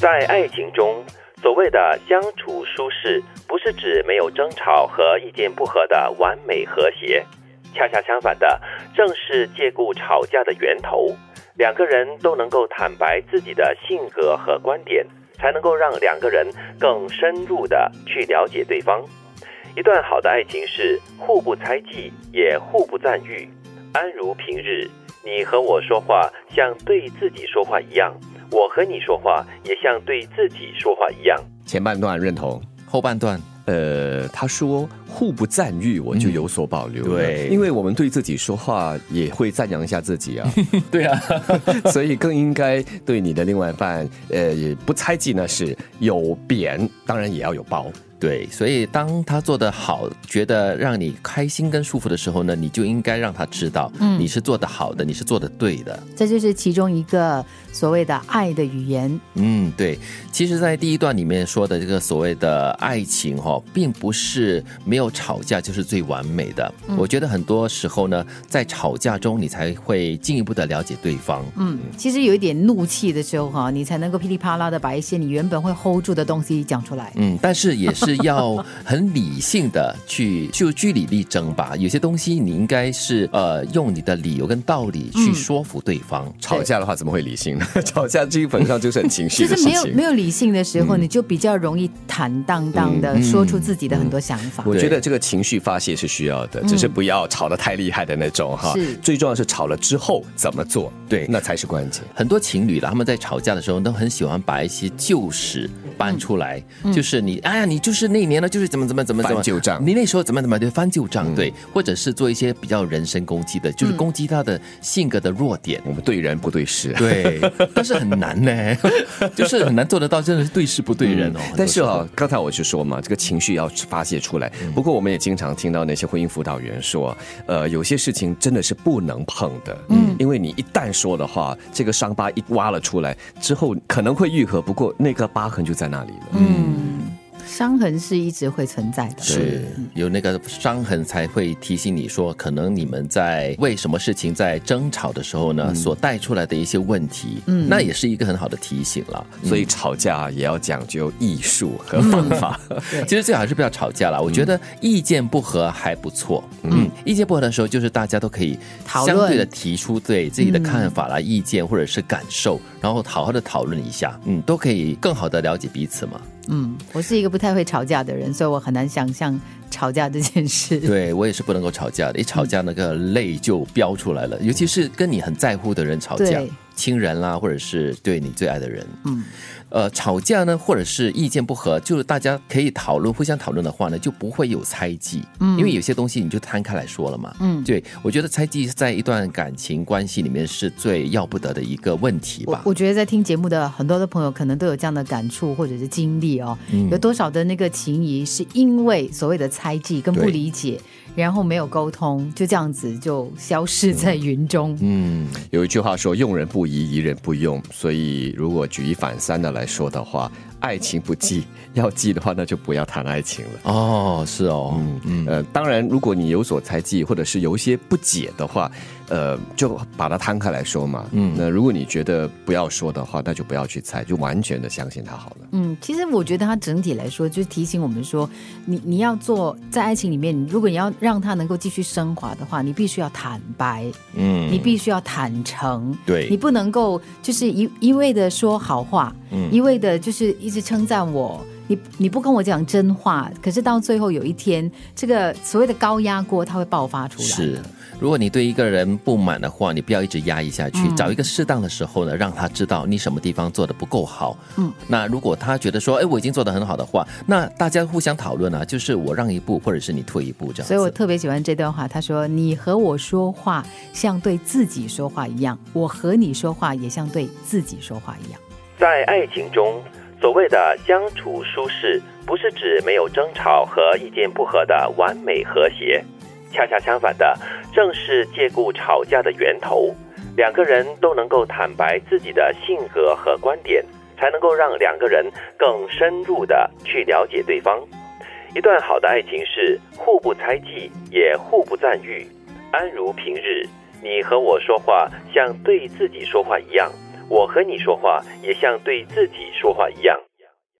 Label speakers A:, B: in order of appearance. A: 在爱情中，所谓的相处舒适，不是指没有争吵和意见不合的完美和谐，恰恰相反的，正是借故吵架的源头。两个人都能够坦白自己的性格和观点，才能够让两个人更深入的去了解对方。一段好的爱情是互不猜忌，也互不赞誉，安如平日。你和我说话像对自己说话一样，我和你说话也像对自己说话一样。
B: 前半段认同，
C: 后半段
B: 呃，他说互不赞誉，我就有所保留了、
C: 嗯对
B: 因为我们对自己说话也会赞扬一下自己啊，
C: 对啊，
B: 所以更应该对你的另外一半，呃，也不猜忌呢，是有贬，当然也要有褒。
C: 对，所以当他做得好，觉得让你开心跟舒服的时候呢，你就应该让他知道，
D: 嗯
C: 你是做得好的，你是做得对的。
D: 这就是其中一个所谓的爱的语言。
C: 嗯，对。其实，在第一段里面说的这个所谓的爱情哈、哦，并不是没有吵架就是最完美的。我觉得很多时候呢，在吵架中，你才会进一步的了解对方。
D: 嗯，其实有一点怒气的时候哈，你才能够噼里啪啦的把一些你原本会 hold 住的东西讲出来。
C: 嗯，但是也是要很理性的去 就据理力争吧。有些东西你应该是呃用你的理由跟道理去
D: 嗯
C: 说服对方。
B: 吵架的话怎么会理性呢？吵架基本上就是很情绪
D: 就
B: 的
D: 是
B: 事
D: 没有
B: 情
D: 没。有理性的时候，你就比较容易坦荡荡的说出自己的很多想法。
B: 我觉得这个情绪发泄是需要的，只是不要吵得太厉害的那种哈
D: 是。
B: 最重要是吵了之后怎么做，
C: 对
B: 那才是关键。
C: 很多情侣啦，他们在吵架的时候都很喜欢把一些旧事搬出来，就是你，哎呀，你就是那一年呢，就是怎么怎么怎么怎么
B: 翻旧账嗯
C: 你那时候怎么怎么对翻旧账，对，或者是做一些比较人身攻击的，就是攻击他的性格的弱点。
B: 我们对人不对事。
C: 对， 但是很难 呢，就是很难做得到，真的是对事不对人哦。很多
B: 但是
C: 时候嗯
B: 啊，，刚才我就说嘛，这个情绪要发泄出来。不过我们也经常听到那些婚姻辅导员说，呃，有些事情真的是不能碰的，嗯，因为你一旦说的话，这个伤疤一挖了出来之后，可能会愈合，不过那个疤痕就在那里了。
D: 嗯，伤痕是一直会存在的。
C: 是有那个伤痕才会提醒你说，可能你们在为什么事情在争吵的时候呢，所带出来的一些问题，嗯，那也是一个很好的提醒了。
B: 所以吵架也要讲究艺术和
C: 嗯
B: 方法。
C: 其实最好还是不要吵架了，我觉得意见不合还不错。嗯，意见不合的时候，就是大家都可以
D: 讨
C: 相
D: 论
C: 对的提出对自己的看法啦、意见或者是感受，然后好好的讨论一下，嗯，都可以更好的了解彼此嘛。
D: 嗯，我是一个不太会吵架的人，所以我很难想象吵架这件 事。
C: 对我也是不能够吵架的，一吵架那个泪就飙出来了，尤其是跟你很在乎的人吵架
D: 嗯对，
C: 亲人啦，或者是对你最爱的人，
D: 嗯，
C: 呃，吵架呢，或者是意见不合，就是大家可以讨论，互相讨论的话呢，就不会有猜忌，嗯，因为有些东西你就摊开来说了嘛，
D: 嗯
C: 对我觉得猜忌在一段感情关系里面是最要不得的一个问题
D: 我
C: 吧，
D: 我觉得在听节目的很多的朋友可能都有这样的感触或者是经历哦。
C: 嗯
D: 有多少的那个情谊是因为所谓的猜忌跟不
C: 对
D: 理解，然后没有沟通，就这样子就消失在云中。
C: 嗯，
B: 有一句话说“用人不疑，疑人不用”，所以如果举一反三的来说的话，爱情不记，要记的话那就不要谈爱情了。
C: 哦，是哦，嗯
B: 呃，当然，如果你有所猜忌，或者是有一些不解的话，呃，就把它摊开来说嘛。嗯，那如果你觉得不要说的话，那就不要去猜，就完全的相信他好了。
D: 嗯，其实我觉得它整体来说，就是提醒我们说，你你要做在爱情里面，你如果你要让它能够继续升华的话，你必须要坦白，
C: 嗯，
D: 你必须要坦诚，
C: 对
D: 你不能够就是一一味的说好话，
C: 嗯
D: 一味的就是一直称赞我。你你不跟我讲真话，可是到最后有一天，这个所谓的高压锅它会爆发出来。
C: 是，如果你对一个人不满的话，你不要一直压抑下去，
D: 嗯
C: 找一个适当的时候呢，让他知道你什么地方做的不够好。
D: 嗯，
C: 那如果他觉得说，哎，我已经做的很好的话，那大家互相讨论啊，就是我让一步，或者是你退一步这样子。
D: 所以我特别喜欢这段话，他说：“你和我说话像对自己说话一样，我和你说话也像对自己说话一样。”
A: 在爱情中，所谓的相处舒适，不是指没有争吵和意见不合的完美和谐，恰恰相反的，正是借故吵架的源头。两个人都能够坦白自己的性格和观点，才能够让两个人更深入的去了解对方。一段好的爱情是互不猜忌，也互不赞誉，安如平日。你和我说话像对自己说话一样，我和你说话也像对自己说话一样，